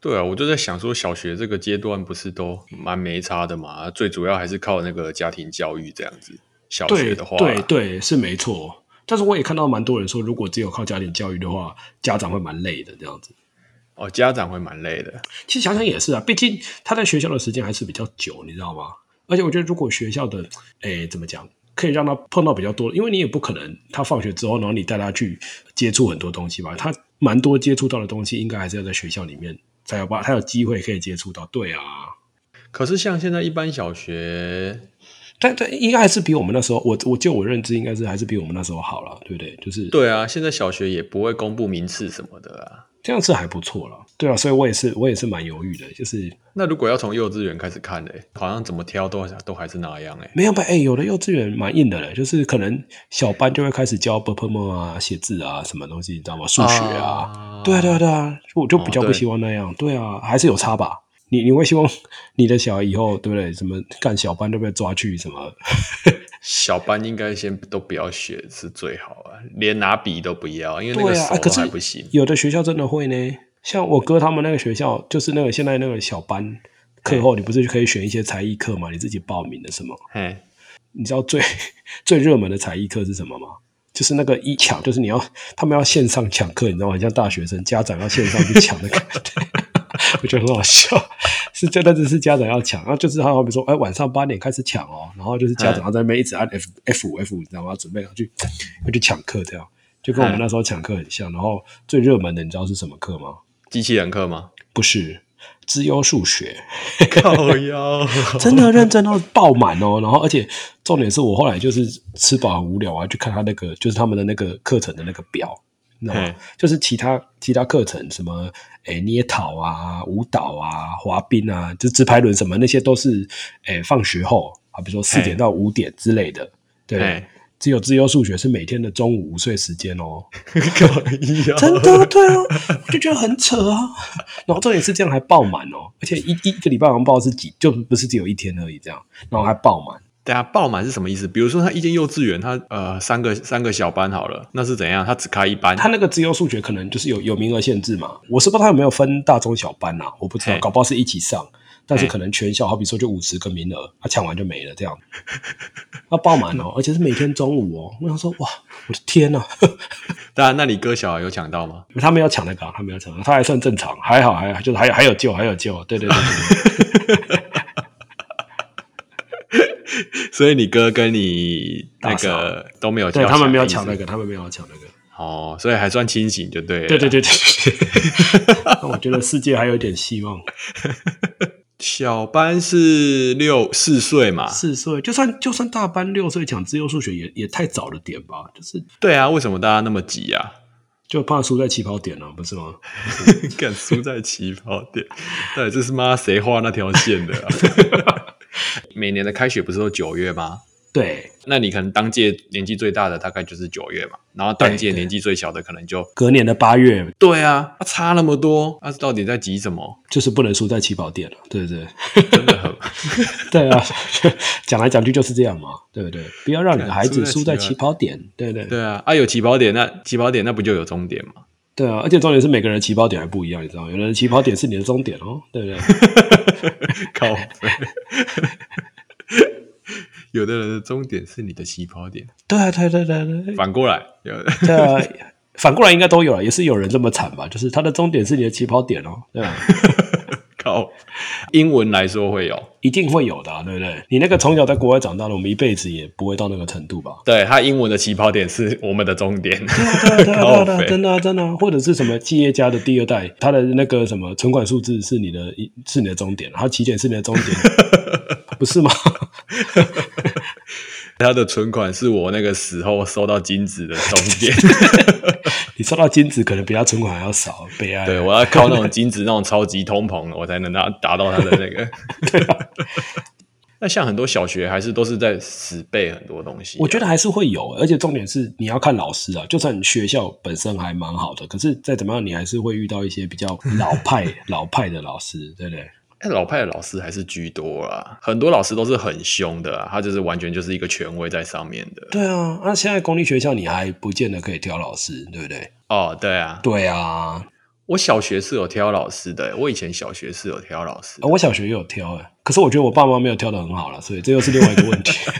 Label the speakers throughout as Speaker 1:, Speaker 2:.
Speaker 1: 对啊，我就在想说，小学这个阶段不是都蛮没差的嘛？最主要还是靠那个家庭教育这样子。小学
Speaker 2: 对
Speaker 1: 的话，
Speaker 2: 对对，是没错。但是我也看到蛮多人说，如果只有靠家庭教育的话，家长会蛮累的这样子。
Speaker 1: 哦，家长会蛮累的。
Speaker 2: 其实想想也是啊，毕竟他在学校的时间还是比较久，你知道吗？而且我觉得，如果学校的，诶，怎么讲，可以让他碰到比较多，因为你也不可能他放学之后，然后你带他去接触很多东西吧？他蛮多接触到的东西，应该还是要在学校里面才有吧，他有机会可以接触到。对啊，
Speaker 1: 可是像现在一般小学，
Speaker 2: 但但应该还是比我们那时候，我我就我认知，应该是还是比我们那时候好了，对不对？就是
Speaker 1: 对啊，现在小学也不会公布名次什么的啊。
Speaker 2: 这样是还不错了，对啊，所以我也是我也是蛮犹豫的，就是
Speaker 1: 那如果要从幼稚园开始看嘞，好像怎么挑都都还是那样哎。
Speaker 2: 没有吧？哎、有的幼稚园蛮硬的嘞，就是可能小班就会开始教 b p m 啊、写字啊、什么东西，你知道吗？数学啊，对啊，对啊，对啊，我就比
Speaker 1: 哦
Speaker 2: 较
Speaker 1: 对
Speaker 2: 不希望那样，对啊，还是有差吧。你你会希望你的小孩以后对不对？什么干小班都被抓去什么？
Speaker 1: 小班应该先都不要学是最好啊，连拿笔都不要，因为 那
Speaker 2: 对
Speaker 1: 个
Speaker 2: 啊，
Speaker 1: 手
Speaker 2: 啊可
Speaker 1: 都
Speaker 2: 是
Speaker 1: 还不行。
Speaker 2: 有的学校真的会呢，像我哥他们那个学校，就是那个现在那个小班课
Speaker 1: 嗯
Speaker 2: 后，你不是可以选一些才艺课嘛？你自己报名的什么？
Speaker 1: 嘿，
Speaker 2: 你知道最最热门的才艺课是什么吗？就是那个一抢，就是你要他们要线上抢课，你知道吗？很像大学生家长要线上去抢的 感觉，我觉得很好笑。是真的，只是家长要抢，然后就是他好比说，哎，晚上八点开始抢哦，然后就是家长要在那边一直按 F F 五 F 五，你知道吗？准备要去要去抢课，这样就跟我们那时候抢课很像。然后最热门的，你知道是什么课吗？
Speaker 1: 机器人课 吗？
Speaker 2: 不是，资优数学。
Speaker 1: 靠腰。
Speaker 2: 真的认真到爆满哦。然后，而且重点是我后来就是吃饱很无聊啊，去看他那个就是他们的那个课程的那个表，你知道吗
Speaker 1: 嗯？
Speaker 2: 就是其他其他课程什么诶捏陶啊、舞蹈啊、滑冰啊，就直排轮什么那些都是诶放学后啊，比如说四点
Speaker 1: 嗯
Speaker 2: 到五点之类的，对不对。
Speaker 1: 嗯
Speaker 2: 只有自由数学是每天的中午午睡时间哦，
Speaker 1: 靠 腰。
Speaker 2: 真的对啊，我就觉得很扯啊。 然后重点是这样还爆满哦，而且一一一个礼拜好像爆是几，就不是只有一天而已这样，然后还爆满。
Speaker 1: 等下爆满是什么意思？比如说他一间幼稚园，他呃三个三个小班好了，那是怎样？他只开一班？
Speaker 2: 他那个自由数学可能就是有有名额限制嘛，我是不知道他有没有分大中小班呐、啊，我不知道，
Speaker 1: 嘿
Speaker 2: 搞不好是一起上，但是
Speaker 1: 嘿
Speaker 2: 可能全校好比说就五十个名额，啊他、抢完就没了这样，那爆满哦，而且是每天中午哦，我想说哇，我的天呐、
Speaker 1: 当然，那你哥小孩有抢到吗？
Speaker 2: 他们要抢那个啊、他们要抢那个，他还算正常，还好还好，就是还有还有救，还有救，对对对 对，
Speaker 1: 所以你哥跟你那
Speaker 2: 大嫂
Speaker 1: 个都没有
Speaker 2: 对
Speaker 1: 要
Speaker 2: 他们没有
Speaker 1: 的意思
Speaker 2: 抢那个，他们没有抢那个。
Speaker 1: 哦，所以还算清醒就对啊了。
Speaker 2: 对对，对对，对 那我觉得世界还有一点希 望。
Speaker 1: 啊小班是六四岁嘛？
Speaker 2: 四岁，就算就算大班六岁讲自由数学也也太早了点吧，就是
Speaker 1: 对啊，为什么大家那么急啊？
Speaker 2: 就怕输在起跑点了、啊，不是吗？
Speaker 1: 敢输在起跑点，到底这是妈谁画那条线的、啊？ 每年的开学不是都九月吗？
Speaker 2: 对，
Speaker 1: 那你可能当届年纪最大的大概就是九月嘛，然后当届
Speaker 2: 对对
Speaker 1: 年纪最小的可能就
Speaker 2: 隔年的八月
Speaker 1: 对啊，啊差那么多，那、到底在急什么？
Speaker 2: 就是不能输在起跑点了，对不对？
Speaker 1: 真的很
Speaker 2: 对啊，讲来讲去就是这样嘛，对不对？不要让你的孩子输在起跑点，对对对
Speaker 1: 对啊，啊有起跑点，那起跑点那不就有终点吗？
Speaker 2: 对啊！而且重点是每个人的起跑点还不一样，你知道吗？有的人起跑点是你的终点哦，对 不对？
Speaker 1: 靠背， 有的人的终点是你的起跑点，
Speaker 2: 对啊，对对对对，
Speaker 1: 反过来，有 的
Speaker 2: 对啊，反过来应该都有了，也是有人这么惨吧？就是他的终点是你的起跑点哦， 对吧、
Speaker 1: 靠，英文来说会有，
Speaker 2: 一定会有的、啊，对不对？你那个从小在国外长大的，我们一辈子也不会到那个程度吧？
Speaker 1: 对他英文的起跑点是我们的终点，
Speaker 2: 对啊对啊对啊对
Speaker 1: 靠
Speaker 2: 啊，
Speaker 1: 北
Speaker 2: 真的啊真的啊，或者是什么企业家的第二代，他的那个什么存款数字是你的一是你的终点，然后起点是你的终 点，不是吗？
Speaker 1: 他的存款是我那个死后收到金子的终点。
Speaker 2: 你收到金子可能比他存款还要少，悲哀。
Speaker 1: 对，我要靠那种金子、那种超级通膨，我才能达达到他的那 个。啊那像很多小学还是都是在死背很多东西啊、
Speaker 2: 我觉得还是会有，而且重点是你要看老师啊。就算学校本身还蛮好的，可是再怎么样，你还是会遇到一些比 较老派、老派的老师，对不对？
Speaker 1: 哎老派的老师还是居多啦，很多老师都是很凶的、啊，他就是完全就是一个权威在上面的。
Speaker 2: 对啊，那、现在公立学校你还不见得可以挑老师，对不对？
Speaker 1: 哦，对啊，
Speaker 2: 对啊，
Speaker 1: 我小学是有挑老师的，我以前小学是有挑老师的
Speaker 2: 啊，我小学也有挑哎、可是我觉得我爸妈没有挑的很好啦，所以这又是另外一个问题。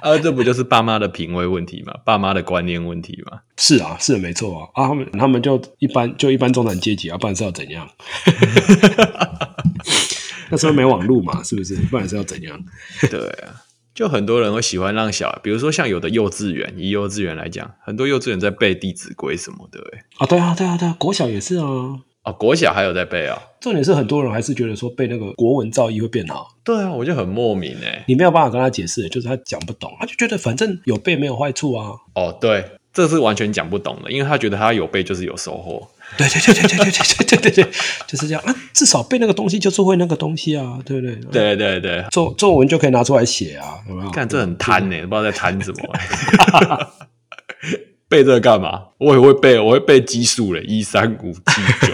Speaker 1: 啊，这不就是爸妈的品味问题嘛，爸妈的观念问题嘛。
Speaker 2: 是啊，是的没错啊，啊，他们他们就一般就一般中产阶级啊，不然是要怎样？ 那时候没网络嘛，是不是？不然是要怎样？
Speaker 1: 对啊，就很多人会喜欢让小，比如说像有的幼稚园，以幼稚园来讲，很多幼稚园在背《弟子规》什么的、欸，
Speaker 2: 啊，对啊，对啊，对啊，国小也是啊。
Speaker 1: 哦，国小还有在背啊。
Speaker 2: 重点是很多人还是觉得说背那个国文造诣会变好，
Speaker 1: 对啊，我就很莫名哎、
Speaker 2: 你没有办法跟他解释，就是他讲不懂，他就觉得反正有背没有坏处啊。
Speaker 1: 哦，对，这是完全讲不懂的，因为他觉得他有背就是有收获。
Speaker 2: 对对对对对对对对对对对，就是这样啊。至少背那个东西就是会那个东西啊，对不对？，
Speaker 1: 对对对，
Speaker 2: 作作文就可以拿出来写啊，有没有？
Speaker 1: 看这很贪呢、不知道在贪什么、欸 背这个干嘛？我也会背，我会背基数嘞，一三五七 九。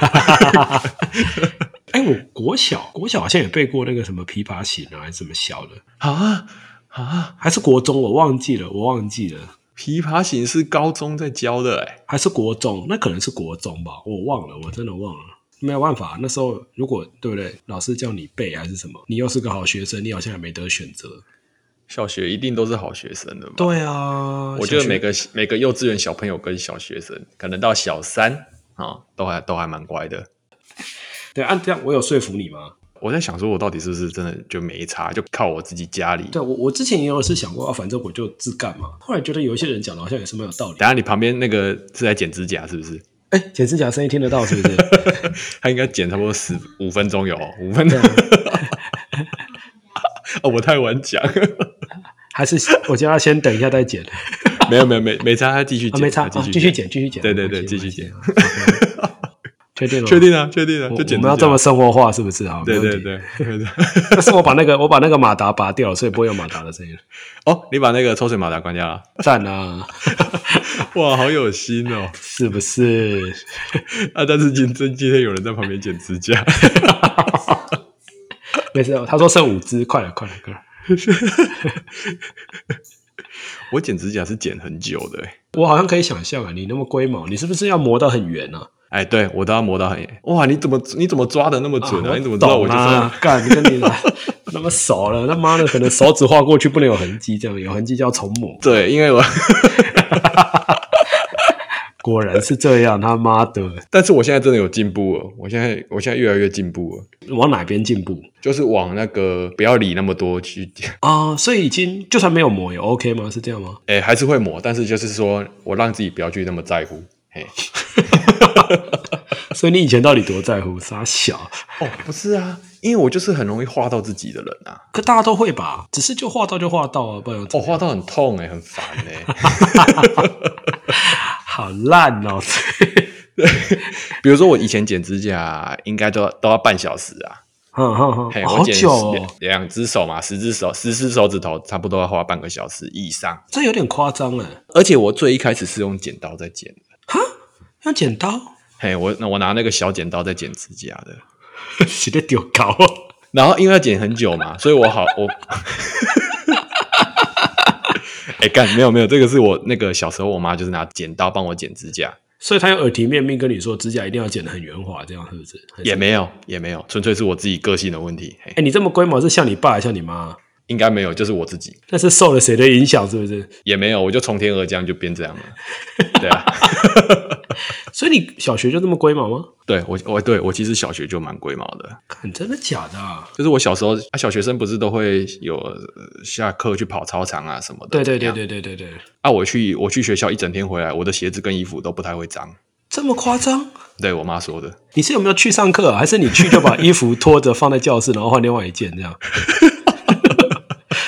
Speaker 2: 哎，我国小国小好像也背过那个什么琵琶行啊，还是什么小的，
Speaker 1: 啊啊！
Speaker 2: 还是国中，我忘记了，我忘记了，
Speaker 1: 琵琶行是高中在教的哎、
Speaker 2: 还是国中，那可能是国中吧，我忘了，我真的忘了。没有办法，那时候如果对不对，老师叫你背还是什么，你又是个好学生，你好像也没得选择。
Speaker 1: 小学一定都是好学生的嘛。
Speaker 2: 对啊，
Speaker 1: 我觉得
Speaker 2: 小学
Speaker 1: 每个每个幼稚园小朋友跟小学生，可能到小三啊、都还都还蛮乖的。
Speaker 2: 对按这样，我有说服你吗？
Speaker 1: 我在想，说我到底是不是真的就没差，就靠我自己家里。
Speaker 2: 对我，我之前也有是想过啊，反正我就自干嘛。后来觉得有一些人讲的好像也是蛮有 道理。
Speaker 1: 等下你旁边那个是在剪指甲是不是？
Speaker 2: 哎，剪指甲声音听得到是不是？
Speaker 1: 他应该剪差不多十五分钟有哦，五分钟。
Speaker 2: 啊
Speaker 1: 哦，我太晚讲，
Speaker 2: 还是我叫他先等一下再剪？
Speaker 1: 没有没有没没差，他继续
Speaker 2: 啊，
Speaker 1: 剪，
Speaker 2: 没差，
Speaker 1: 他
Speaker 2: 啊继续
Speaker 1: 剪，
Speaker 2: 剪，继续剪。
Speaker 1: 对对对
Speaker 2: 没关系
Speaker 1: 继续剪。
Speaker 2: 没关系 OK 确定了？
Speaker 1: 确？定啊确定啊，
Speaker 2: 我
Speaker 1: 就剪
Speaker 2: 我们要
Speaker 1: 指甲
Speaker 2: 这么生活化是不是啊？好
Speaker 1: 对对。
Speaker 2: 没问题
Speaker 1: 对对对。
Speaker 2: 但是我把那个我把那个马达拔掉了，所以不会有马达的声音了。
Speaker 1: 哦，你把那个抽水马达关掉了，
Speaker 2: 赞啊，
Speaker 1: 哇，好有心哦！
Speaker 2: 是不是？
Speaker 1: 啊，但是今真今天有人在旁边剪指甲，
Speaker 2: 没事，他说剩五只，快了，快了，快了。
Speaker 1: 我剪指甲是剪很久的、欸，
Speaker 2: 我好像可以想象啊，你那么龟毛，你是不是要磨到很圆啊？
Speaker 1: 哎，对我都要磨到很哇！你怎么你怎么抓的那么准啊？你怎么知道
Speaker 2: 懂
Speaker 1: 我就是要
Speaker 2: 啊？干，跟你来 那么熟了，他妈的，可能手指划过去不能有痕迹，这样有痕迹就要重磨。
Speaker 1: 对，因为我
Speaker 2: 果然是这样，他妈的，
Speaker 1: 但是我现在真的有进步了，我现在我现在越来越进步了，
Speaker 2: 往哪边进步
Speaker 1: 就是往那个不要理那么多去剪，
Speaker 2: 啊？所以已经就算没有磨也 OK 吗？是这样吗？
Speaker 1: 哎，还是会磨，但是就是说我让自己不要去那么在乎。嘿，
Speaker 2: 所以你以前到底多在乎？傻小，
Speaker 1: 哦，不是啊，因为我就是很容易画到自己的人啊，
Speaker 2: 可大家都会吧？只是就画到就画到啊，不然有
Speaker 1: 哦，画到很痛哎、很烦哎、
Speaker 2: 好烂哦！
Speaker 1: 比如说我以前剪指甲应该都要都要半小时啊，
Speaker 2: 哼哼
Speaker 1: 嘿，
Speaker 2: 哼，
Speaker 1: 我
Speaker 2: 好
Speaker 1: 剪
Speaker 2: 久哦，
Speaker 1: 两两只手嘛，十只手，十只手指头差不多要花半个小时以上。
Speaker 2: 这有点夸张哎。
Speaker 1: 而且我最一开始是用剪刀在剪的，
Speaker 2: 哈，用剪刀，
Speaker 1: 嘿，我那我拿那个小剪刀在剪指甲的。
Speaker 2: 直接丢高哦。
Speaker 1: 然后因为要剪很久嘛，所以我好我，哎、干没有没有，这个是我那个小时候我妈就是拿剪刀帮我剪指甲，
Speaker 2: 所以他用耳提面命跟你说，指甲一定要剪得很圆滑，这样是不是？还是
Speaker 1: 也没有也没有，纯粹是我自己个性的问题，嘿
Speaker 2: 哎、，你这么龟毛是像你爸还是像你妈？
Speaker 1: 应该没有，就是我自己
Speaker 2: 那是受了谁的影响？是不是？
Speaker 1: 也没有，我就从天而降就变这样了，对啊，
Speaker 2: 所以你小学就这么龟毛吗？
Speaker 1: 对我我对我其实小学就蛮龟毛的，
Speaker 2: 看，真的假的、啊？
Speaker 1: 就是我小时候啊，小学生不是都会有呃下课去跑操场啊什么的。
Speaker 2: 对
Speaker 1: 这
Speaker 2: 对对
Speaker 1: 样
Speaker 2: 对对对对，
Speaker 1: 啊，我去我去学校一整天回来，我的鞋子跟衣服都不太会脏。
Speaker 2: 这么夸张？
Speaker 1: 对我妈说的，
Speaker 2: 你是有没有去上课、啊，还是你去就把衣服脱着放在教室，然后换另外一件 这样？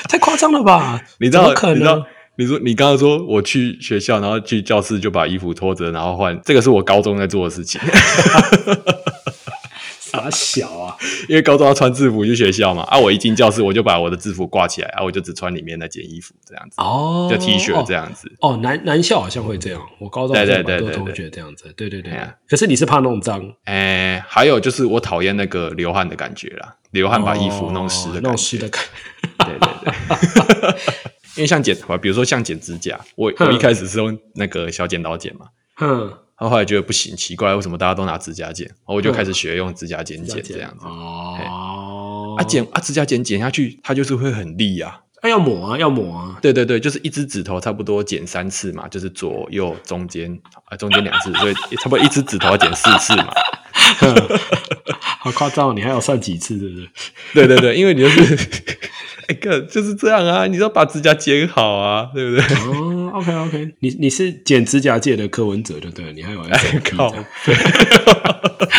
Speaker 2: 太夸张了吧？
Speaker 1: 你知道？
Speaker 2: 怎么可
Speaker 1: 你知道
Speaker 2: 能？？
Speaker 1: 你说你刚刚说我去学校，然后去教室就把衣服脱着，然后换，这个是我高中在做的事情，
Speaker 2: 傻小啊！
Speaker 1: 因为高中要穿制服去学校嘛。啊，我一进教室我就把我的制服挂起来，啊，我就只穿里面那件衣服这样子，
Speaker 2: 哦，
Speaker 1: 就 T 恤这
Speaker 2: 样。
Speaker 1: 样子。
Speaker 2: 哦，男男校好像会这样，我高中好像
Speaker 1: 对对对
Speaker 2: 蛮多
Speaker 1: 对
Speaker 2: 同
Speaker 1: 对
Speaker 2: 学这样子，对对对
Speaker 1: 哎呀。
Speaker 2: 可是你是怕弄脏，
Speaker 1: 哎、还有就是我讨厌那个流汗的感觉啦，流汗把衣服弄湿的
Speaker 2: 哦
Speaker 1: 感
Speaker 2: 弄
Speaker 1: 觉。
Speaker 2: 湿的感觉。
Speaker 1: 对对对， 因为像剪，比如说像剪指甲，我我一
Speaker 2: 哼
Speaker 1: 开始是用那个小剪刀剪嘛，
Speaker 2: 嗯，
Speaker 1: 他后来觉得不行，奇怪，为什么大家都拿指甲剪？然后我就
Speaker 2: 嗯
Speaker 1: 开始学用指甲剪剪这样子。
Speaker 2: 哦，
Speaker 1: 啊剪啊指甲剪剪下去，它就是会很利啊。
Speaker 2: 啊要抹啊要抹啊，
Speaker 1: 对对对，就是一只指头差不多剪三次嘛，就是左右中间啊中间两次，所以差不多一只指头要剪四次嘛。
Speaker 2: 好夸张哦！你还要算几次，对不对？
Speaker 1: 对对对，因为你就是， 哎哥就是这样啊，你要把指甲剪好啊，对不对？
Speaker 2: 哦，OK OK，你你是剪指甲界的柯文哲就对了，你还有 SOP 这
Speaker 1: 靠
Speaker 2: 样，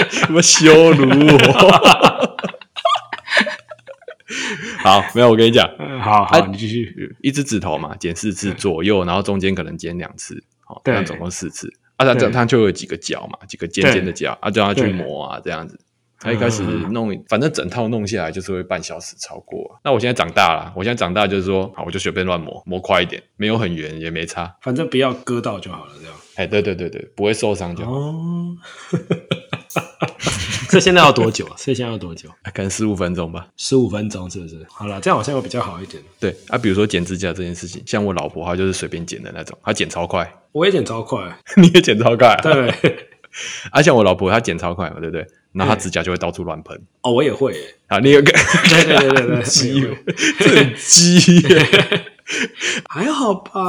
Speaker 1: 什么羞辱我？好，没有，我跟你讲，
Speaker 2: 嗯，好
Speaker 1: 啊
Speaker 2: 好，你继续。
Speaker 1: 一只指头嘛，剪四次左右，然后中间可能剪两次，好、
Speaker 2: 对
Speaker 1: 这样总共四次。啊，它
Speaker 2: 对
Speaker 1: 它就有几个角嘛，几个尖尖的角，啊，叫它去
Speaker 2: 对
Speaker 1: 磨啊，这样子。他一开始
Speaker 2: 嗯
Speaker 1: 弄，反正整套弄下来就是会半小时超过啊、那我现在长大了，我现在长大就是说，好，我就随便乱磨，磨快一点，没有很圆也没差。
Speaker 2: 反正不要割到就好了，这样。
Speaker 1: 哎，对对对对，不会受伤就好。
Speaker 2: 哦，这现在要多久？这现在要多久？
Speaker 1: 啊可能十五分钟吧。
Speaker 2: 十五分钟是不是？好了，这样好像会比较好一点。
Speaker 1: 对啊，比如说剪指甲这件事情，像我老婆她就是随便剪的那种，她剪超快，
Speaker 2: 我也剪超快，
Speaker 1: 你也剪超快、啊。
Speaker 2: 对，
Speaker 1: 啊，像我老婆她剪超快嘛，对不对？然后她
Speaker 2: 对
Speaker 1: 指甲就会到处乱喷。
Speaker 2: 哦，我也会耶，
Speaker 1: 啊，你 有个
Speaker 2: 对对对对 对
Speaker 1: 鸡
Speaker 2: 没有，
Speaker 1: 这很鸡耶
Speaker 2: 还好吧？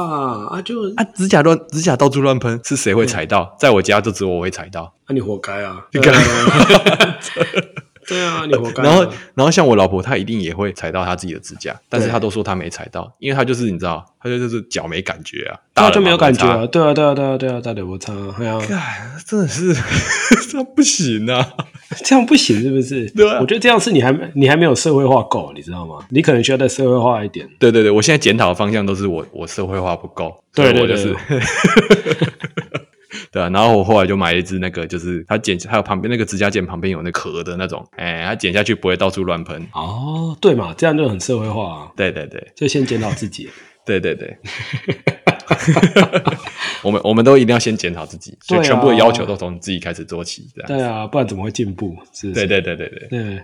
Speaker 2: 啊，就
Speaker 1: 啊！指甲乱，指甲到处乱喷，是谁会踩到？在我家就只有我会踩到。
Speaker 2: 啊，你活该啊，
Speaker 1: 你
Speaker 2: 对
Speaker 1: 干
Speaker 2: 啊， 对啊，你活该啊。
Speaker 1: 然后，然后像我老婆，她一定也会踩到她自己的指甲，但是
Speaker 2: 对
Speaker 1: 她都说她没踩到，因为她就是你知道，她就就是脚没感觉啊，
Speaker 2: 那
Speaker 1: 大
Speaker 2: 就
Speaker 1: 人
Speaker 2: 没有
Speaker 1: 嘛
Speaker 2: 感觉。
Speaker 1: 摩
Speaker 2: 啊，对啊，对啊，对啊，对啊，大点摩擦啊，哎呀，
Speaker 1: 擦干，真的是 这样不行啊！
Speaker 2: 这样不行是不是？
Speaker 1: 对啊
Speaker 2: 我觉得这样是你还没你还没有社会化够，你知道吗？你可能需要再社会化一点。
Speaker 1: 对对对，我现在检讨的方向都是我我社会化不够，所以
Speaker 2: 对对
Speaker 1: 我就
Speaker 2: 对
Speaker 1: 是。 对啊，然后我后来就买了一只那个，就是它剪，还有旁边那个指甲剪旁边有那壳的那种，哎，它剪下去不会到处乱喷。
Speaker 2: 哦，对嘛，这样就很社会化啊，
Speaker 1: 对对对
Speaker 2: 就先检讨自己。
Speaker 1: 对对对， 我们我们都一定要先检讨自己，所以
Speaker 2: 对啊
Speaker 1: 全部的要求都从自己开始做起，这样。
Speaker 2: 对啊，不然怎么会进步？是不
Speaker 1: 对
Speaker 2: 是？
Speaker 1: 对对对对，
Speaker 2: 对，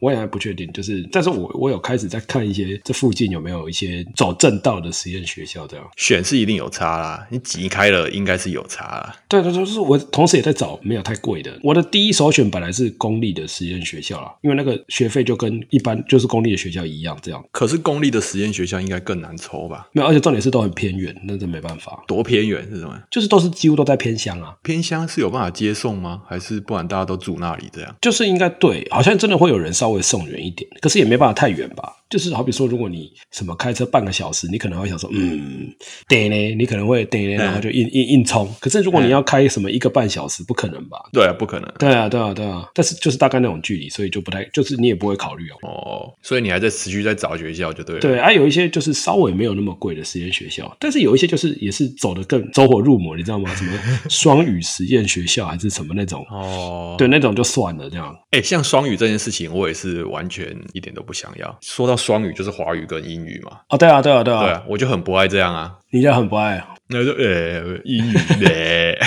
Speaker 2: 我也还不确定，就是，但是我我有开始在看一些这附近有没有一些走正道的实验学校这样。
Speaker 1: 选是一定有差啦，你挤开了应该是有差啦。
Speaker 2: 对对，对就是我同时也在找没有太贵的。我的第一首选本来是公立的实验学校啦，因为那个学费就跟一般就是公立的学校一样这样。
Speaker 1: 可是公立的实验学校应该更难抽吧？
Speaker 2: 没有，而且重点是都很偏远，那真没办法，
Speaker 1: 多偏远是什么？
Speaker 2: 就是都是几乎都在偏乡啊。
Speaker 1: 偏乡是有办法接送吗？还是不然大家都住那里这样？
Speaker 2: 就是应该对，好像真的会有人稍微送远一点，可是也没办法太远吧。就是好比说，如果你什么开车半个小时，你可能会想说，嗯，得呢，你可能会得呢，
Speaker 1: 嗯
Speaker 2: 然后就硬硬硬冲。可是如果你要开什么一个半小时，不可能吧？
Speaker 1: 对啊，不可能
Speaker 2: 对啊，对啊，对啊。但是就是大概那种距离，所以就不太，就是你也不会考虑哦。
Speaker 1: 哦。所以你还在持续在找学校就对了。
Speaker 2: 对，还、有一些就是稍微没有那么贵的实验学校，但是有一些就是也是走的更走火入魔，你知道吗？ 什么双语实验学校还是什么那种，
Speaker 1: 哦，
Speaker 2: 对，那种就算了这样。
Speaker 1: 哎、像双语这件事情，我也是完全一点都不想要。说到双语，就是华语跟英语嘛。
Speaker 2: 哦，对啊，对啊，对啊，
Speaker 1: 对啊，我就很不爱这样啊。
Speaker 2: 你这很不爱。哦
Speaker 1: 那就呃、英语 嘞，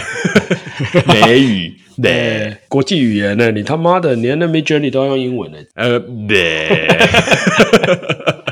Speaker 1: 美语嘞，
Speaker 2: 对，国际语言呢？你他妈的，连那 Mid Journey 都要用英文呢。
Speaker 1: 呃嘞。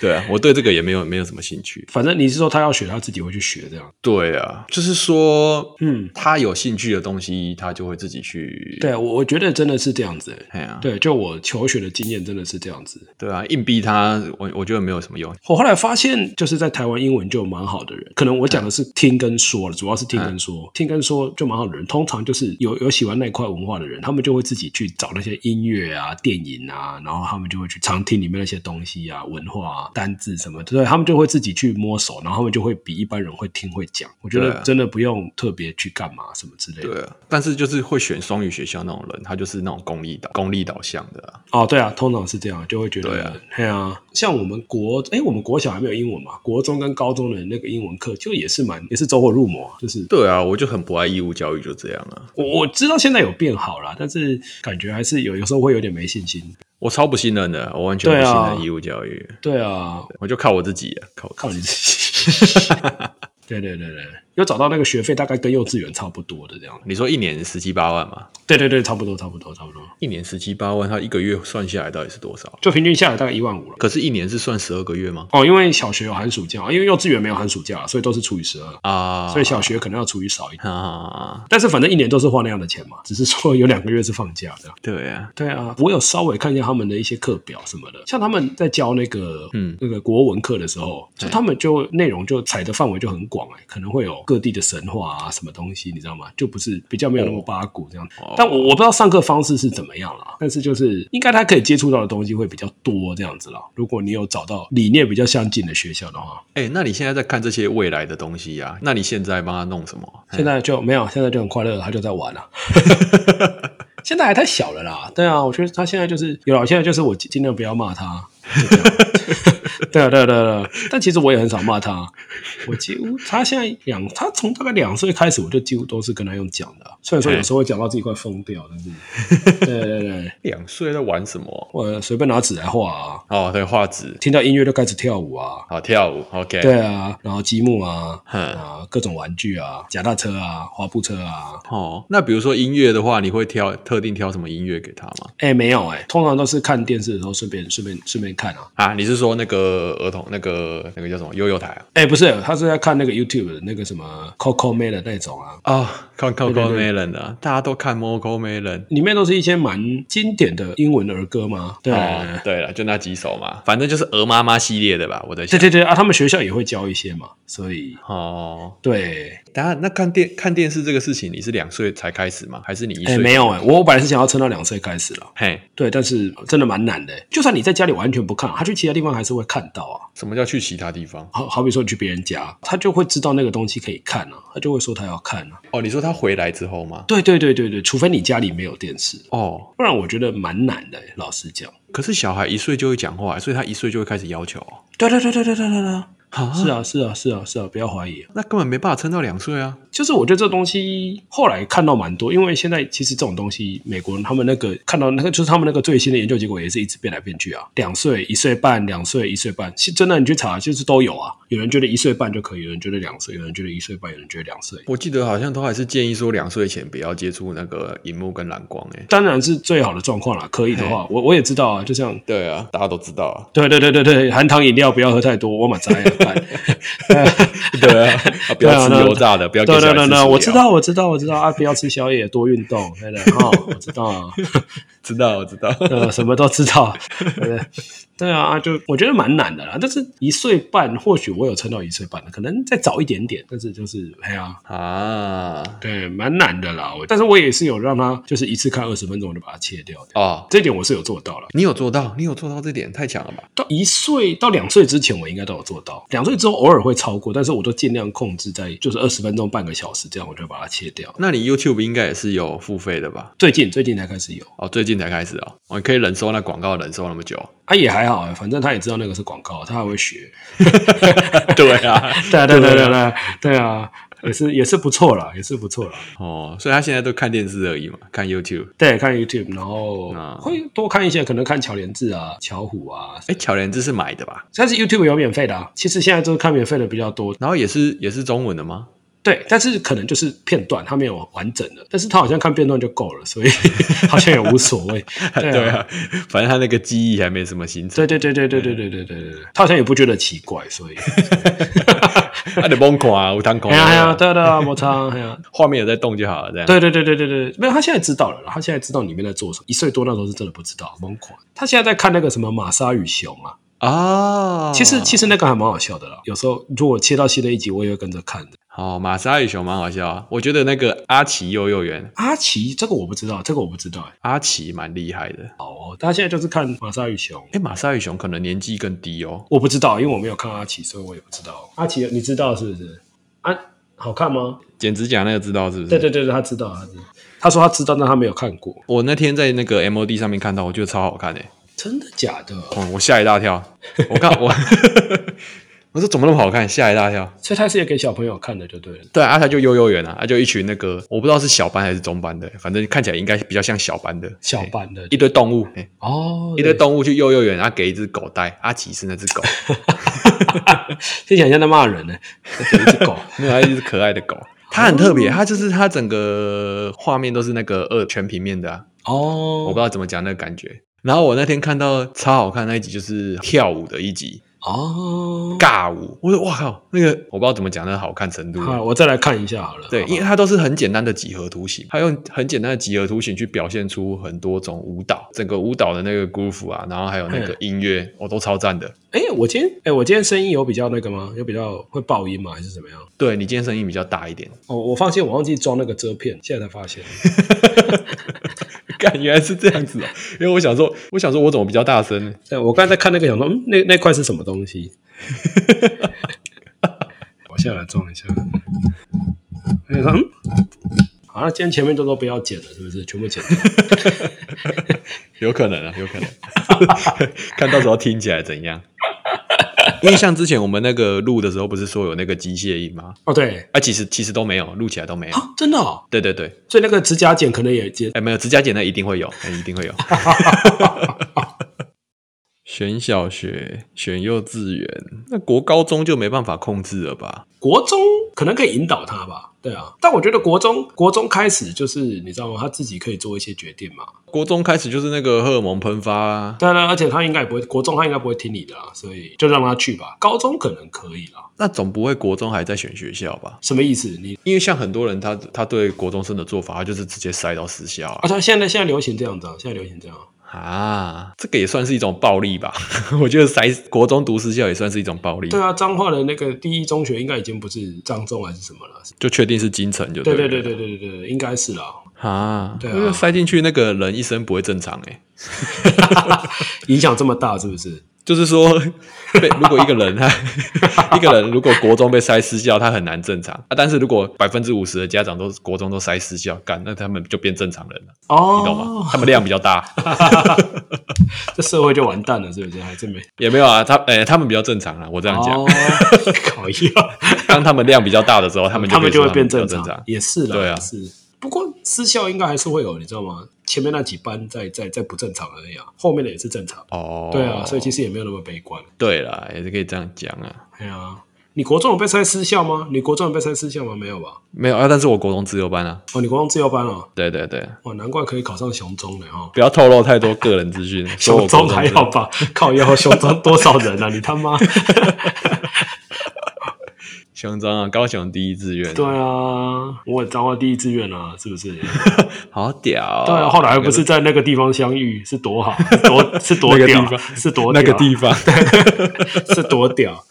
Speaker 1: 对啊，我对这个也没有没有什么兴趣。
Speaker 2: 反正你是说他要学，他自己会去学这样。
Speaker 1: 对啊，就是说，
Speaker 2: 嗯，
Speaker 1: 他有兴趣的东西，他就会自己去。
Speaker 2: 对，我我觉得真的是这样子、欸。
Speaker 1: 哎呀、
Speaker 2: 对，就我求学的经验真的是这样子。
Speaker 1: 对啊，硬逼他，我我觉得没有什么用。
Speaker 2: 我后来发现，就是在台湾英文就蛮好的人，可能我讲的是听跟说了，主要是听跟
Speaker 1: 嗯
Speaker 2: 说，听跟说就蛮好的人，通常就是有有喜欢那一块文化的人，他们就会自己去找那些音乐啊、电影啊，然后他们就会去常听里面那些东西啊、文化啊、单字什么的，对，他们就会自己去摸索，然后他们就会比一般人会听会讲。我觉
Speaker 1: 对
Speaker 2: 得
Speaker 1: 啊
Speaker 2: 真的不用特别去干嘛什么之类的。
Speaker 1: 对啊，但是就是会选双语学校那种人，他就是那种公立导公立导向的、啊。
Speaker 2: 哦，对啊，通常是这样，就会觉得，
Speaker 1: 对啊，
Speaker 2: 啊，像我们国，哎，我们国小还没有英文嘛，国中跟高中的那个英文课，就也是蛮，也是走火入魔，就是
Speaker 1: 对啊，我就很不爱义务教育，就这样啊。
Speaker 2: 我我知道现在有变好啦，但是感觉还是有，有时候会有点没信心。
Speaker 1: 我超不信任的，我完全不
Speaker 2: 对
Speaker 1: 信
Speaker 2: 啊
Speaker 1: 任义务教育，
Speaker 2: 对啊，
Speaker 1: 我就靠我自己、啊，靠我
Speaker 2: 靠你自己。对对对对，有找到那个学费大概跟幼稚园差不多的这样。
Speaker 1: 你说一年十七八万嘛？
Speaker 2: 对对对，差不多差不多差不多，
Speaker 1: 一年十七八万，他一个月算下来到底是多少？
Speaker 2: 就平均下来大概一万五了。
Speaker 1: 可是，一年是算十二个月吗？
Speaker 2: 哦，因为小学有寒暑假，因为幼稚园没有寒暑假，所以都是除以十二，
Speaker 1: 啊，
Speaker 2: 所以小学可能要除以少一点。
Speaker 1: 啊，
Speaker 2: 但是反正一年都是花那样的钱嘛，只是说有两个月是放假这样。
Speaker 1: 对啊，
Speaker 2: 对啊，我有稍微看一下他们的一些课表什么的，像他们在教那个嗯那个国文课的时候，就他们就内容就采的范围就很广哎、可能会有各地的神话啊什么东西，你知道吗？就不是比较没有那么八股这样。但我我不知道上课方式是怎么样啦，但是就是应该他可以接触到的东西会比较多这样子啦。如果你有找到理念比较相近的学校的话，
Speaker 1: 哎、那你现在在看这些未来的东西呀、那你现在帮他弄什么？
Speaker 2: 现在就没有，现在就很快乐，他就在玩了、现在还太小了啦，对啊，我觉得他现在就是有了，现在就是我尽尽量不要骂他，就这样对啊，对啊，对啊，对啊。但其实我也很少骂他，我几乎他现在两，他从大概两岁开始，我就几乎都是跟他用讲的啊，虽然说有时候会讲到自己快疯掉，但是，对对对，
Speaker 1: 两岁在玩什么？
Speaker 2: 我随便拿纸来画啊，
Speaker 1: 哦，对，画纸，
Speaker 2: 听到音乐就开始跳舞啊，
Speaker 1: 好跳舞，OK，
Speaker 2: 对啊，然后积木啊，
Speaker 1: 哼
Speaker 2: 啊，各种玩具啊，脚踏车啊，滑步车啊，
Speaker 1: 哦，那比如说音乐的话，你会挑特定挑什么音乐给他吗？
Speaker 2: 哎、没有哎、通常都是看电视的时候顺便顺便顺便看啊。
Speaker 1: 啊，你是说那个儿童那个那个叫什么悠悠台啊？
Speaker 2: 哎、不是，他是在看那个 YouTube 的那个什么 Coco Made 的那种啊，
Speaker 1: 哦，看 Coco
Speaker 2: 对
Speaker 1: Melon 的啊，大家都看 Coco Melon。
Speaker 2: 里面都是一些蛮经典的英文儿歌嘛。对、
Speaker 1: 哦，对了，就那几首嘛，反正就是鹅妈妈系列的吧，我在
Speaker 2: 对
Speaker 1: 想。
Speaker 2: 对对啊，他们学校也会教一些嘛，所以
Speaker 1: 哦，
Speaker 2: 对，
Speaker 1: 等下那看电看电视这个事情，你是两岁才开始吗？还是你一
Speaker 2: 哎、
Speaker 1: 岁？
Speaker 2: 没有哎、我我本来是想要撑到两岁开始了，
Speaker 1: 嘿，
Speaker 2: 对，但是真的蛮难的、就算你在家里完全不看，他去其他地方还是会看到啊。
Speaker 1: 什么叫去其他地方？
Speaker 2: 好好比说你去别人家，他就会知道那个东西可以看啊，他就会说他要看啊。
Speaker 1: 哦，你说他回来之后吗？
Speaker 2: 对对对对对，除非你家里没有电视，
Speaker 1: 哦，
Speaker 2: 不然我觉得蛮难的、老实讲。
Speaker 1: 可是小孩一岁就会讲话，所以他一岁就会开始要求哦。
Speaker 2: 对对对对对对对对，
Speaker 1: 啊
Speaker 2: 是啊是啊是啊是啊，不要怀疑。
Speaker 1: 那根本没办法撑到两岁啊。
Speaker 2: 就是我觉得这东西后来看到蛮多，因为现在其实这种东西，美国人他们那个看到那个就是他们那个最新的研究结果也是一直变来变去啊，两岁、一岁半、两岁、一岁半，是真的你去查就是都有啊。有人觉得一岁半就可以，有人觉得两岁，有人觉得一岁半，有人觉得两岁。
Speaker 1: 我记得好像都还是建议说两岁前不要接触那个荧幕跟蓝光诶、欸
Speaker 2: 当然是最好的状况啦，可以的话，我我也知道啊，就像
Speaker 1: 对啊，大家都知道啊。
Speaker 2: 对对对对对，含糖饮料不要喝太多，我马摘啊，干
Speaker 1: 对啊，啊 不要吃油炸的，不要给
Speaker 2: 对
Speaker 1: 小孩吃啊
Speaker 2: 对对
Speaker 1: 薯
Speaker 2: 对，
Speaker 1: 条
Speaker 2: 我知，道我知道我知道啊，不要吃宵夜，多运动，对的哦，我知道啊，
Speaker 1: 知道，我知道。
Speaker 2: 呃，什么都知道，对不对？对啊，啊就我觉得蛮难的啦。但是一岁半，或许我有撑到一岁半的，可能再早一点点，但是就是哎呀、
Speaker 1: 啊，
Speaker 2: 对，蛮难的啦。我但是我也是有让他就是一次看二十分钟，我就把它切掉的。
Speaker 1: 哦，
Speaker 2: 这点我是有做到了，
Speaker 1: 你有做到，你有做到这点，太强了吧？
Speaker 2: 到一岁到两岁之前，我应该都有做到。两岁之后偶尔会超过，但是我都尽量控制在就是二十分钟、半个小时这样，我就把它切掉。
Speaker 1: 那你 YouTube 应该也是有付费的吧？
Speaker 2: 最近最近才开始有，
Speaker 1: 哦，最近才开始哦，哦，你可以忍受那广告忍受那 么久？
Speaker 2: 啊也还好、欸，反正他也知道那个是广告，他还会学。
Speaker 1: 对啊，
Speaker 2: 对啊，对对对对对啊，也是也是不错啦，也是不错啦。
Speaker 1: 哦，所以他现在都看电视而已嘛，看 YouTube。
Speaker 2: 对，看 YouTube，然后
Speaker 1: 啊
Speaker 2: 会多看一些，可能看巧莲智啊、巧虎啊。
Speaker 1: 哎，巧莲这是买的吧？
Speaker 2: 但是 YouTube 有免费的、啊，其实现在都是看免费的比较多。
Speaker 1: 然后也是也是中文的吗？
Speaker 2: 对，但是可能就是片段，它没有完整的，但是他好像看片段就够了，所以好像也无所谓。 对
Speaker 1: 对
Speaker 2: 啊，
Speaker 1: 啊，反正他那个记忆还没什么形成，
Speaker 2: 对对对对对对对对对对对，他好像也不觉得奇怪，所以
Speaker 1: 他得崩垮啊，无糖孔
Speaker 2: 哎呀哎呀，
Speaker 1: 啊，
Speaker 2: 对啊对啊，摩擦，哎呀，
Speaker 1: 画面有在动就好了，这样。
Speaker 2: 对对对对对对，没有，他现在知道了啦，他现在知道里面在做什么。一岁多那时候是真的不知道，懵狂。他现在在看那个什么《玛莎与熊》啊，
Speaker 1: 啊，
Speaker 2: 其实其实那个还蛮好笑的啦。有时候如果切到新的一集，我也会跟着看的。
Speaker 1: 哦，玛莎与熊蛮好笑啊，我觉得那个阿奇幼幼园
Speaker 2: 阿奇这个我不知道，这个我不知道、欸。
Speaker 1: 阿奇蛮厉害的。
Speaker 2: 好哦，他现在就是看《玛莎与熊》，
Speaker 1: 哎，玛莎与熊可能年纪更低哦，
Speaker 2: 我不知道，因为我没有看阿奇，所以我也不知道。阿奇你知道是不是？啊，好看吗？
Speaker 1: 剪指甲那个知道是不是？
Speaker 2: 对对对，对他知道，他知道。他说他知道，但他没有看过，
Speaker 1: 我那天在那个 MOD 上面看到，我觉得超好看诶、
Speaker 2: 真的假的？
Speaker 1: 哦，我吓一大跳，我看我， 我说怎么那么好看，吓一大跳。
Speaker 2: 所以他是也给小朋友看的，就对了。
Speaker 1: 对啊，他就幼幼园啊，他就一群那个我不知道是小班还是中班的，反正看起来应该比较像小班的，
Speaker 2: 小
Speaker 1: 嘿
Speaker 2: 版的
Speaker 1: 一堆动物，嘿啊
Speaker 2: 哦，
Speaker 1: 一堆动物去幼幼园，然后给一只狗带，阿奇是那只狗，
Speaker 2: 先想一下在骂人呢、给一只狗，
Speaker 1: 没有，它是一只可爱的狗，哦它很特别，它就是它整个画面都是那个二全平面的啊，我不
Speaker 2: 哦
Speaker 1: 知道怎么讲那个感觉。然后我那天看到超好看那一集，就是跳舞的一集，
Speaker 2: 哦，
Speaker 1: 尬舞，我说哇靠，那个我不知道怎么讲那个好看程度。
Speaker 2: 好，我再来看一下好了。
Speaker 1: 对，
Speaker 2: 好
Speaker 1: 因为它都是很简单的几何图形，它用很简单的几何图形去表现出很多种舞蹈，整个舞蹈的那个 groove 啊，然后还有那个音乐，哦我、都超赞的。
Speaker 2: 哎、我今天哎、我今天声音有比较那个吗？有比较会爆音吗？还是怎么样？
Speaker 1: 对你今天声音比较大一点，
Speaker 2: 哦，我发现我忘记装那个遮片，现在才发现。
Speaker 1: 感原来是这样子哦、因为我想说，我想说我怎么比较大声呢？
Speaker 2: 对，我刚才在看那个，想说，嗯，那那块是什么东 西？我下来装一下。我想说，嗯，好，那今天前面都都不要剪了，是不是？全部剪掉。
Speaker 1: 有可能啊，有可能， 看到时候听起来怎样？ 因为像之前我们那个录的时候，不是说有那个机械音吗？
Speaker 2: 哦，对，
Speaker 1: 啊，其实其实都没有，录起来都没有。
Speaker 2: 啊，真的哦。
Speaker 1: 对对对，
Speaker 2: 所以那个指甲剪可能也剪
Speaker 1: 哎、没有指甲剪那一定会有，哎、一定会有。 选小学，选幼稚园，那国高中就没办法控制了吧？
Speaker 2: 国中可能可以引导他吧，对啊，但我觉得国中国中开始就是你知道吗？他自己可以做一些决定嘛，
Speaker 1: 国中开始就是那个荷尔蒙喷发啊，
Speaker 2: 当然，而且他应该也不会，国中他应该不会听你的啦，所以就让他去吧。高中可能可以啦，
Speaker 1: 那总不会国中还在选学校吧？
Speaker 2: 什么意思？你
Speaker 1: 因为像很多人他他对国中生的做法，他就是直接塞到私校
Speaker 2: 啊，
Speaker 1: 啊
Speaker 2: 他现在现在流行这样子啊，现在流行这样啊。
Speaker 1: 啊，这个也算是一种暴力吧？ 我觉得塞国中读私校也算是一种暴力，
Speaker 2: 对啊，彰化的那个第一中学应该已经不是彰中还是什么了，
Speaker 1: 就确定是京城就
Speaker 2: 对
Speaker 1: 对
Speaker 2: 对
Speaker 1: 了
Speaker 2: 对对对对对，应该是啦。
Speaker 1: 啊，
Speaker 2: 对啊
Speaker 1: 因为塞进去那个人一生不会正常哎、
Speaker 2: 影响这么大是不是？
Speaker 1: 就是说， 被如果一个人 他一个人如果国中被塞私校，他很难正常啊。但是如果百分之五十的家长都国中都塞私校，干那他们就变正常人了，
Speaker 2: 哦，
Speaker 1: 你懂吗？？他们量比较大，
Speaker 2: 这社会就完蛋了，是不是？还真没
Speaker 1: 也没有啊，他诶、他们比较正常啊。我这样讲，
Speaker 2: 哦， 搞一
Speaker 1: 当他们量比较大的时候，他们
Speaker 2: 他们就
Speaker 1: 就
Speaker 2: 会变
Speaker 1: 正
Speaker 2: 正
Speaker 1: 正
Speaker 2: 常，。也是啦，
Speaker 1: 对啊
Speaker 2: 也是。不过私校应该还是会有，你知道吗？前面那几班在在在不正常而已啊，后面的也是正常。
Speaker 1: 哦，
Speaker 2: 对啊，所以其实也没有那么悲观。
Speaker 1: 对啦，也是可以这样讲啊。
Speaker 2: 哎呀，你国中有被塞私校吗？你国中有被塞私校吗？没有吧？
Speaker 1: 没有啊，但是我国中自由班啊，
Speaker 2: 哦，你国中自由班哦，
Speaker 1: 对对对，
Speaker 2: 哇，难怪可以考上雄中的哦。
Speaker 1: 不要透露太多个人资讯。所以我国
Speaker 2: 雄中还
Speaker 1: 自
Speaker 2: 好吧？靠腰，雄中多少人啊？你他妈！
Speaker 1: 雄中啊，高雄第一志愿，
Speaker 2: 对啊，我也彰化第一志愿啊，是不是？
Speaker 1: 哦好屌哦、
Speaker 2: 对啊，后来还不是在那个地方相遇，是多好，是多是 多
Speaker 1: 那个地
Speaker 2: 屌，
Speaker 1: 方
Speaker 2: 是多
Speaker 1: 那
Speaker 2: 屌啊
Speaker 1: 个地方。
Speaker 2: 是多屌。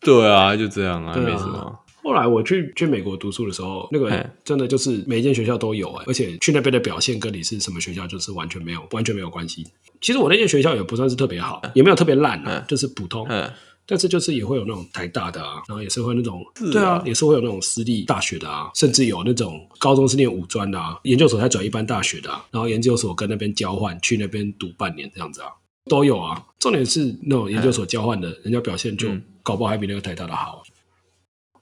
Speaker 1: 对啊，就这样啊，
Speaker 2: 对啊
Speaker 1: 没什么。
Speaker 2: 后来我去去美国读书的时候，那个
Speaker 1: 嗯
Speaker 2: 真的就是每一间学校都有哎、而且去那边的表现跟你是什么学校就是完全没有完全没有关系。其实我那间学校也不算是特别好，也没有特别烂啊，就是普通。
Speaker 1: 嗯，
Speaker 2: 但是就是也会有那种台大的啊，然后也是会那种
Speaker 1: 是啊
Speaker 2: 对啊，也是会有那种私立大学的啊，甚至有那种高中是念五专的啊，研究所才转一般大学的、啊，然后研究所跟那边交换去那边读半年这样子啊，都有啊。重点是那种研究所交换的，人家表现就
Speaker 1: 嗯
Speaker 2: 搞不好还比那个台大的好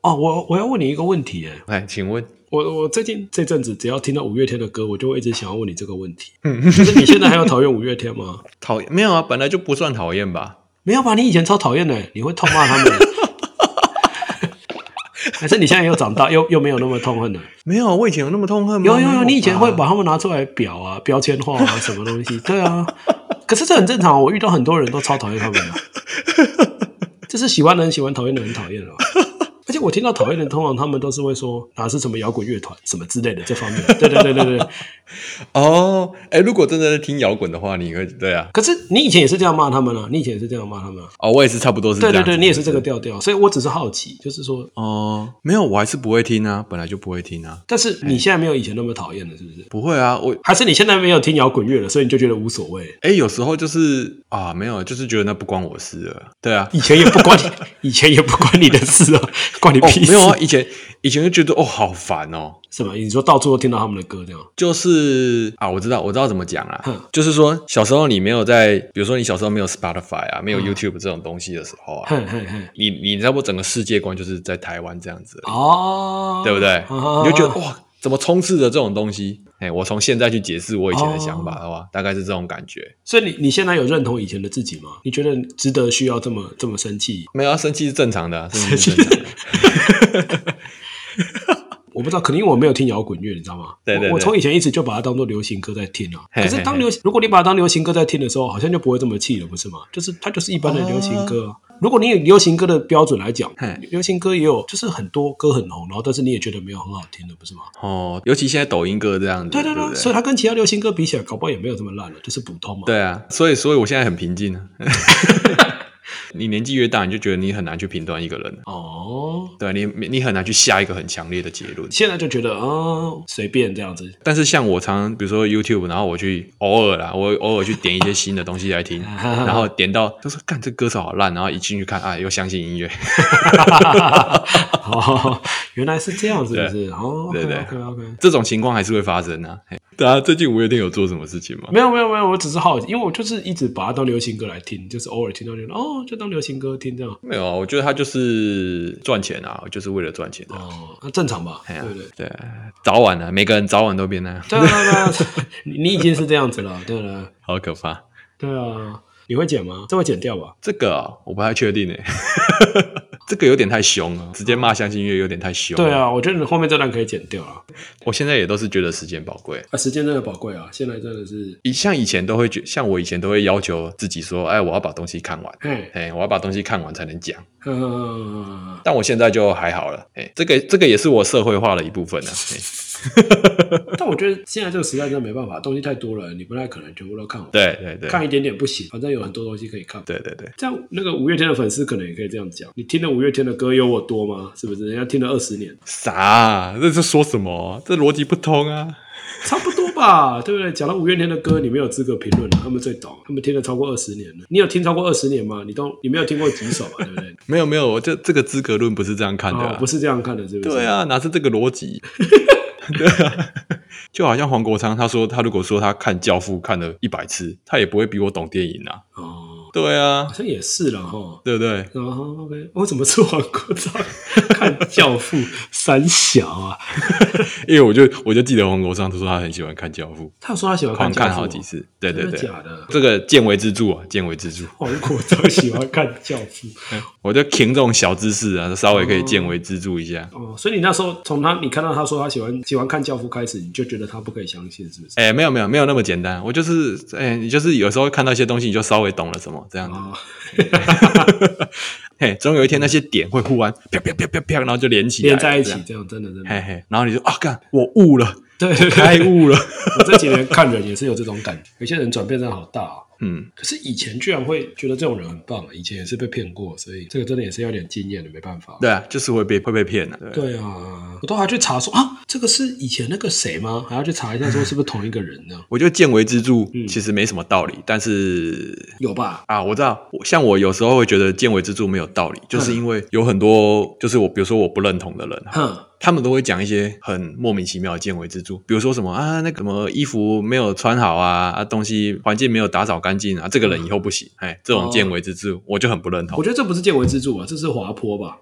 Speaker 2: 啊、哦，我我要问你一个问题诶，
Speaker 1: 哎，请问，
Speaker 2: 我我最近这阵子只要听到五月天的歌，我就会一直想要问你这个问题。就是你现在还有讨厌五月天吗？
Speaker 1: 讨厌没有啊？本来就不算讨厌吧？
Speaker 2: 没有吧？你以前超讨厌的， 你会痛骂他们。还是你现在又长大，又又没有那么痛恨了？
Speaker 1: 没有啊，我以前有那么痛恨吗？
Speaker 2: 有有
Speaker 1: 没
Speaker 2: 有，
Speaker 1: 吧
Speaker 2: 你以前会把他们拿出来表啊、标签化啊，什么东西？对啊，可是这很正常。我遇到很多人都超讨厌他们的，就是喜欢的人喜欢，讨厌的人讨厌了。而且我听到讨厌的人，通常他们都是会说哪是什么摇滚乐团什么之类的这方面。对对对对对。
Speaker 1: 哦。哎，如果真的在听摇滚的话，你会对啊？
Speaker 2: 可是你以前也是这样骂他们啊，你以前也是这样骂他们啊。
Speaker 1: 哦，我也是差不多是这
Speaker 2: 对
Speaker 1: 样
Speaker 2: 对
Speaker 1: 子。啊
Speaker 2: 对，你也是这个调调，所以我只是好奇，就是说
Speaker 1: 哦，没有，我还是不会听啊，本来就不会听啊，
Speaker 2: 但是你现在没有以前那么讨厌了，是不是？
Speaker 1: 不会啊，我。
Speaker 2: 还是你现在没有听摇滚乐了，所以你就觉得无所谓？
Speaker 1: 哎，有时候就是啊，没有，就是觉得那不关我事了。对啊，
Speaker 2: 以前也不关你， 以前也不关你的事啊，关你
Speaker 1: 哦
Speaker 2: 屁，
Speaker 1: 没
Speaker 2: 事。
Speaker 1: 有啊，以前以前就觉得哦，好烦哦，
Speaker 2: 什么？你说到处都听到他们的歌这样？
Speaker 1: 就是啊，我知道，我知道怎么讲
Speaker 2: 哼
Speaker 1: 啊，就是说小时候你没有在，比如说你小时候没有 Spotify 啊，没有 YouTube 这种东西的时候啊，
Speaker 2: 嘿嘿嘿，
Speaker 1: 你你差不多整个世界观就是在台湾这样子而已，
Speaker 2: 哦，
Speaker 1: 对不对？
Speaker 2: 啊
Speaker 1: 你就觉得哇，怎么充斥着这种东西？哎，我从现在去解释我以前的想法的话，大概是这种感觉。
Speaker 2: 所以你你现在有认同以前的自己吗？你觉得值得需要这么这么生气？
Speaker 1: 没有啊，生气是正常的、啊，生气是正常的。
Speaker 2: 我不知道，可能因为我没有听摇滚乐，你知道吗？
Speaker 1: 对对对
Speaker 2: 我我从以前一直就把它当做流行歌在听啊。
Speaker 1: 嘿
Speaker 2: 可
Speaker 1: 嘿
Speaker 2: 是当流行，如果你把它当流行歌在听的时候，好像就不会这么气了，不是吗？就是它就是一般的流行歌啊。如果你以流行歌的标准来讲
Speaker 1: 哦嘿，
Speaker 2: 流行歌也有，就是很多歌很红，然后但是你也觉得没有很好听的，不是吗？
Speaker 1: 哦，尤其现在抖音歌这样子，
Speaker 2: 对
Speaker 1: 对
Speaker 2: 对对，
Speaker 1: 不
Speaker 2: 所以它跟其他流行歌比起来，搞不好也没有这么烂了，就是普通嘛。
Speaker 1: 对啊，所以所以我现在很平 静啊。你年纪越大，你就觉得你很难去评断一个人，
Speaker 2: 哦，
Speaker 1: 对啊你你很难去下一个很强烈的结论。
Speaker 2: 现在就觉得啊、随便这样子。
Speaker 1: 但是像我常比如说 YouTube，然后我去偶尔啦，我偶尔去点一些新的东西来 听，然后点到就说干这歌手好烂，然后一进去看啊，又相信音乐，
Speaker 2: 哦，原来是这样，是不是？哦，
Speaker 1: 对对
Speaker 2: OK OK。
Speaker 1: 这种情况还是会发生啊。 嘿对啊，最近五月天有做什么事情吗？
Speaker 2: 没有没有没有，我只是好奇，因为我就是一直把它当流行歌来听，就是偶尔听到觉得哦，就当流行歌听这样。
Speaker 1: 没有啊，我觉得他就是赚钱啊，就是为了赚钱的、
Speaker 2: 哦，那正常吧，
Speaker 1: 哎
Speaker 2: 对
Speaker 1: 呀
Speaker 2: 不对？
Speaker 1: 对啊，早晚啊，每个人早晚都变那样，
Speaker 2: 对啊对啊，对啊你 你已经是这样子了，对了，
Speaker 1: 好可怕。
Speaker 2: 对啊，你会剪吗？这会剪掉吧？
Speaker 1: 这个啊、我不太确定诶， 这个有点太凶了，直接骂相信音乐有点太凶。
Speaker 2: 对，啊，我觉得你后面这段可以剪掉啊。
Speaker 1: 我现在也都是觉得时间宝贵。
Speaker 2: 啊，时间真的宝贵啊，现在真的是，
Speaker 1: 以像以前都会觉，像我以前都会要求自己说，哎，我要把东西看完，
Speaker 2: 嘿，
Speaker 1: 哎，我要把东西看完才能讲。
Speaker 2: 嗯，
Speaker 1: 但我现在就还好了，哎，这个这个也是我社会化的一部分啊。哎
Speaker 2: 但我觉得现在这个时代真的没办法，东西太多了，你不太可能全部都看完，
Speaker 1: 对对对，
Speaker 2: 看一点点不行，反正有很多东西可以看。
Speaker 1: 对对对，
Speaker 2: 这样，那个五月天的粉丝可能也可以这样讲：你听了五月天的歌有我多吗？是不是？人家听了二十年，
Speaker 1: 啥啊？这是说什么？这逻辑不通啊！
Speaker 2: 差不多吧， 对不对？讲到五月天的歌，你没有资格评论了，他们最懂，他们听了超过二十年了。你有听超过二十年吗？你都你没有听过几首嘛，啊对不对？
Speaker 1: 没有没有，我这这个资格论不是这样 看的、
Speaker 2: 哦
Speaker 1: 啊，
Speaker 2: 不是这样看的，是不是？
Speaker 1: 对，啊，哪是这个逻 辑？对啊，就好像黄国昌他说，他如果说他看《教父》看了一百次，他也不会比我懂电影啊。
Speaker 2: 哦，
Speaker 1: 对啊
Speaker 2: 好，像也是了哈。
Speaker 1: 对不对？
Speaker 2: 然后 OK，我怎么是黄国昌看《教父》三小啊？
Speaker 1: 因为我就我就记得黄国昌他说他很喜欢看《教父》，
Speaker 2: 他有说他喜欢
Speaker 1: 狂
Speaker 2: 哦看《教父
Speaker 1: 看》好几，次。对对
Speaker 2: 真的
Speaker 1: 对，
Speaker 2: 假的？
Speaker 1: 这个见微知著啊，见微知著。
Speaker 2: 黄国昌喜欢看《教父》
Speaker 1: 我就凭这种小知识啊，稍微可以见微知著一下。
Speaker 2: 哦，所以你那时候从他你看到他说他喜欢喜欢看《教父》开始，你就觉得他不可以相信，是不是？
Speaker 1: 哎、没有没有没有那么简单，我就是哎、你就是有时候看到一些东西，你就稍微懂了什么这样子。
Speaker 2: 啊、
Speaker 1: 嘿，总有一天那些点会忽然啪啪啪啪啪，然后就连起来
Speaker 2: 连在一
Speaker 1: 这
Speaker 2: 起
Speaker 1: 样，
Speaker 2: 这样真的真的，
Speaker 1: 嘿嘿，然后你就啊，干，我悟 了，
Speaker 2: 对对对
Speaker 1: 开悟了，
Speaker 2: 我这几年看人也是有这种感觉，有些人转变真的好大、哦。
Speaker 1: 嗯，
Speaker 2: 可是以前居然会觉得这种人很棒，以前也是被骗过，所以这个真的也是要点经验的，没办法。
Speaker 1: 对啊，就是会被会被骗的、对
Speaker 2: 对啊，我都还去查说啊，这个是以前那个谁吗？还要去查一下说是不是同一个人呢？
Speaker 1: 我觉得见微知著其实没什么道理，但是
Speaker 2: 有吧？
Speaker 1: 啊，我知道，我像我有时候会觉得见微知著没有道理，就是因为有很多就是我，比如说我不认同的人，
Speaker 2: 哼，
Speaker 1: 他们都会讲一些很莫名其妙的见微知著，比如说什么啊，那个什么衣服没有穿好啊，啊东西环境没有打扫干净啊，这个人以后不行，哎，这种见微知著我就很不认同
Speaker 2: 我。觉得这不是见微知著啊，这是滑坡吧？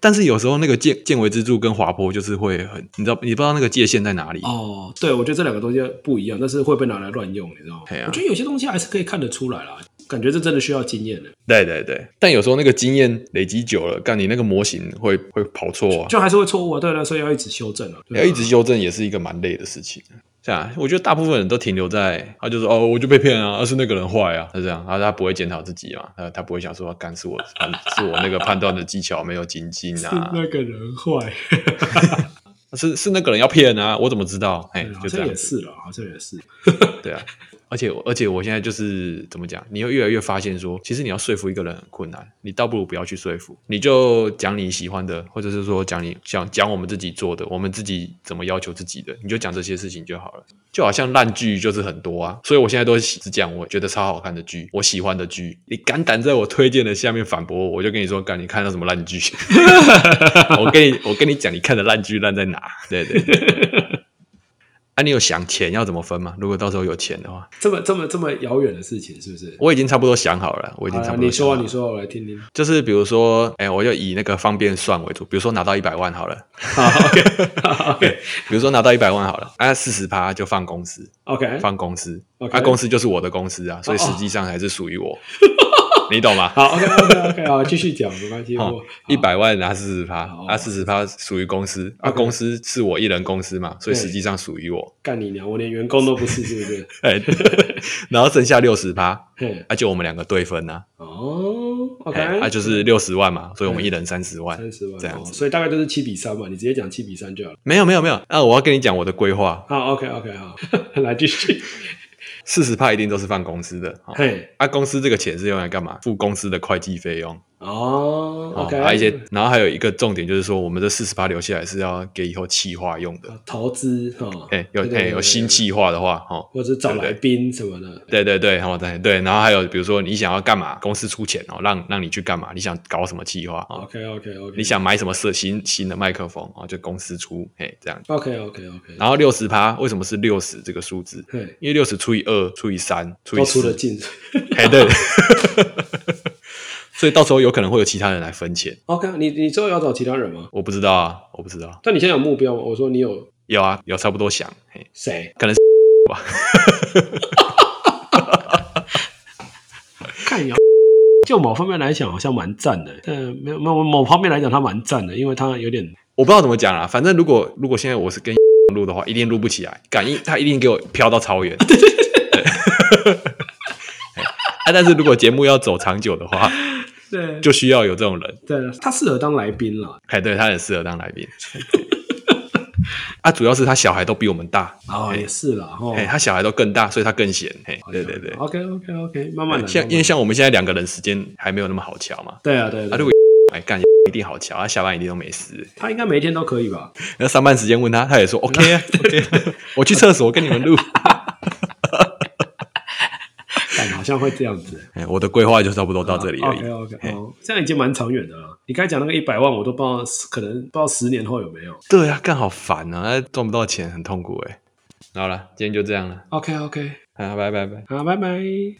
Speaker 1: 但是有时候那个见见微知著跟滑坡就是会很，你知道你不知道那个界限在哪里。
Speaker 2: 哦，对，我觉得这两个东西不一样，但是会被拿来乱用，你知道吗？
Speaker 1: 嘿啊
Speaker 2: 我觉得有些东西还是可以看得出来啦，感觉这真的需要经验的，
Speaker 1: 对对对，但有时候那个经验累积久了，干你那个模型会会跑错啊，
Speaker 2: 就还是会错误啊，对啊，所以要一直修正啊，对啊
Speaker 1: 要一直修正也是一个蛮累的事情。这样啊，我觉得大部分人都停留在他就是哦，我就被骗啊，而是那个人坏啊，他这样，他他不会检讨自己嘛，啊他他不会想说，干是我是我那个判断的技巧没有精进
Speaker 2: 是
Speaker 1: 啊，
Speaker 2: 那个人坏。
Speaker 1: 是是那个人要骗啊，我怎么知道？哎，
Speaker 2: 好
Speaker 1: 就这
Speaker 2: 像也
Speaker 1: 样，
Speaker 2: 是了，好像也是。
Speaker 1: 对啊。而且我而且我现在就是怎么讲，你会越来越发现说，其实你要说服一个人很困难，你倒不如不要去说服，你就讲你喜欢的，或者是说讲你想讲我们自己做的，我们自己怎么要求自己的，你就讲这些事情就好了。就好像烂剧就是很多啊，所以我现在都只讲我觉得超好看的剧，我喜欢的剧。你敢胆在我推荐的下面反驳我，我就跟你说，干你看到什么烂剧？ 我跟你我跟你讲，你看的烂剧烂在哪？对对对。啊，你有想钱要怎么分吗？如果到时候有钱的话，
Speaker 2: 这么这么这么遥远的事情，是不是？
Speaker 1: 我已经差不多想好了，我已经
Speaker 2: 好
Speaker 1: 差
Speaker 2: 啦
Speaker 1: 不多
Speaker 2: 你
Speaker 1: 想好
Speaker 2: 说
Speaker 1: 了。
Speaker 2: 啊，你说啊，我来听听。
Speaker 1: 就是比如说，哎、我就以那个方便算为主，比如说拿到一百万 好了，
Speaker 2: OK
Speaker 1: 比如说拿到一百万好了，啊，四十趴就放公司，
Speaker 2: OK，
Speaker 1: 放公司，
Speaker 2: OK 哦
Speaker 1: 啊，公司就是我的公司啊，所以实际上还是属于我， 你懂吗？
Speaker 2: 好 OK OK OK，好，继续讲，没关系。我
Speaker 1: 一百万拿四十趴
Speaker 2: 好，
Speaker 1: 啊，四十趴属于公司，啊，
Speaker 2: 哦 OK
Speaker 1: 公司是我一人公司嘛，所以
Speaker 2: 对
Speaker 1: 实际上属于我，
Speaker 2: 干你娘，我连员工都不是，是不是？
Speaker 1: 哎， 然后剩下六十趴，
Speaker 2: 嘿，
Speaker 1: 啊，就我们两个对分呐、
Speaker 2: 哦
Speaker 1: 啊，
Speaker 2: ，OK，
Speaker 1: 哎，啊，就是六十万嘛，所以我们
Speaker 2: 嗯
Speaker 1: 一人三十万，
Speaker 2: 三十万，
Speaker 1: 这样
Speaker 2: 哦
Speaker 1: 子
Speaker 2: 所以大概就是七比三嘛，你直接讲七比三就好了。
Speaker 1: 没有没有没有，啊，我要跟你讲我的规划，
Speaker 2: 好，OK OK，好， 来继续。
Speaker 1: 四十趴一定都是放公司的，哦
Speaker 2: 嘿，
Speaker 1: 啊，公司这个钱是用来干嘛？付公司的会计费用。
Speaker 2: 哦
Speaker 1: 哦
Speaker 2: ，OK，
Speaker 1: 还有一些，然后还有一个重点就是说，我们这四十趴留下来是要给以后企划用的。
Speaker 2: 啊投资哈，
Speaker 1: 哎、有
Speaker 2: 哦对
Speaker 1: 哎、有新，
Speaker 2: 对对对
Speaker 1: 企划的话，哦，
Speaker 2: 或者找
Speaker 1: 对不
Speaker 2: 来
Speaker 1: 对
Speaker 2: 宾什么的。
Speaker 1: 对对对，哦对对，然后还有比如说你想要干嘛，公司出钱哦，让让你去干嘛，你想搞什么企划哦，
Speaker 2: OK OK OK，
Speaker 1: 你想买什么设新新的麦克风哦，就公司出，嘿这样。
Speaker 2: OK OK OK，
Speaker 1: 然后六十趴为什么是六十这个数字？
Speaker 2: 嘿，
Speaker 1: 因为六十除以二除以三除以
Speaker 2: 都出了
Speaker 1: 四，
Speaker 2: 进。
Speaker 1: 哎对， 所以到时候有可能会有其他人来分钱，
Speaker 2: OK，你你之后要找其他人吗？
Speaker 1: 我不知道啊，我不知道，
Speaker 2: 但你现在有目标吗？我说你有
Speaker 1: 有啊有差不多想，嘿
Speaker 2: 谁？
Speaker 1: 可能
Speaker 2: 是吧。看有，就某方面来讲，好像蛮赞的。嗯，没有，没有，某方面来讲，他蛮赞的，因为他有点
Speaker 1: 我不知道怎么讲啦，反正如果如果现在我是跟录的话，一定录不起来，感应他一定给我飘到超远。对 啊，但是如果节目要走长久的话，
Speaker 2: 对
Speaker 1: 就需要有这种人。
Speaker 2: 对，他适合当来宾了。
Speaker 1: 哎，对他很适合当来宾。啊，主要是他小孩都比我们大，
Speaker 2: 哦，也是啦，哦
Speaker 1: 哎，，他小孩都更大，所以他更闲。嘿，对对对，
Speaker 2: ，OK OK OK，慢慢来，
Speaker 1: 像
Speaker 2: 慢慢
Speaker 1: 因
Speaker 2: 来
Speaker 1: 为像我们现在两个人时间还没有那么好瞧嘛，
Speaker 2: 对啊对啊
Speaker 1: 啊，
Speaker 2: 对
Speaker 1: 如
Speaker 2: 啊，
Speaker 1: 果哎干一定好瞧，他下班一定都没事。
Speaker 2: 他应该每一天都可以吧？
Speaker 1: 然后上班时间问他，他也说 OK 啊 OK，我去厕所跟你们录。
Speaker 2: 感觉好像会这样子。
Speaker 1: 哎，我的规划就差不多 到这里而已。
Speaker 2: OK
Speaker 1: 嘿
Speaker 2: OK，哦，这样已经蛮长远的了。你刚才讲那个一百万，我都不知道，可能不知道十年后有没有。
Speaker 1: 对啊，干好烦啊，赚不到钱很痛苦哎、好了，今天就这样了，啊
Speaker 2: OK OK，
Speaker 1: 好，拜拜拜。
Speaker 2: 好，拜拜。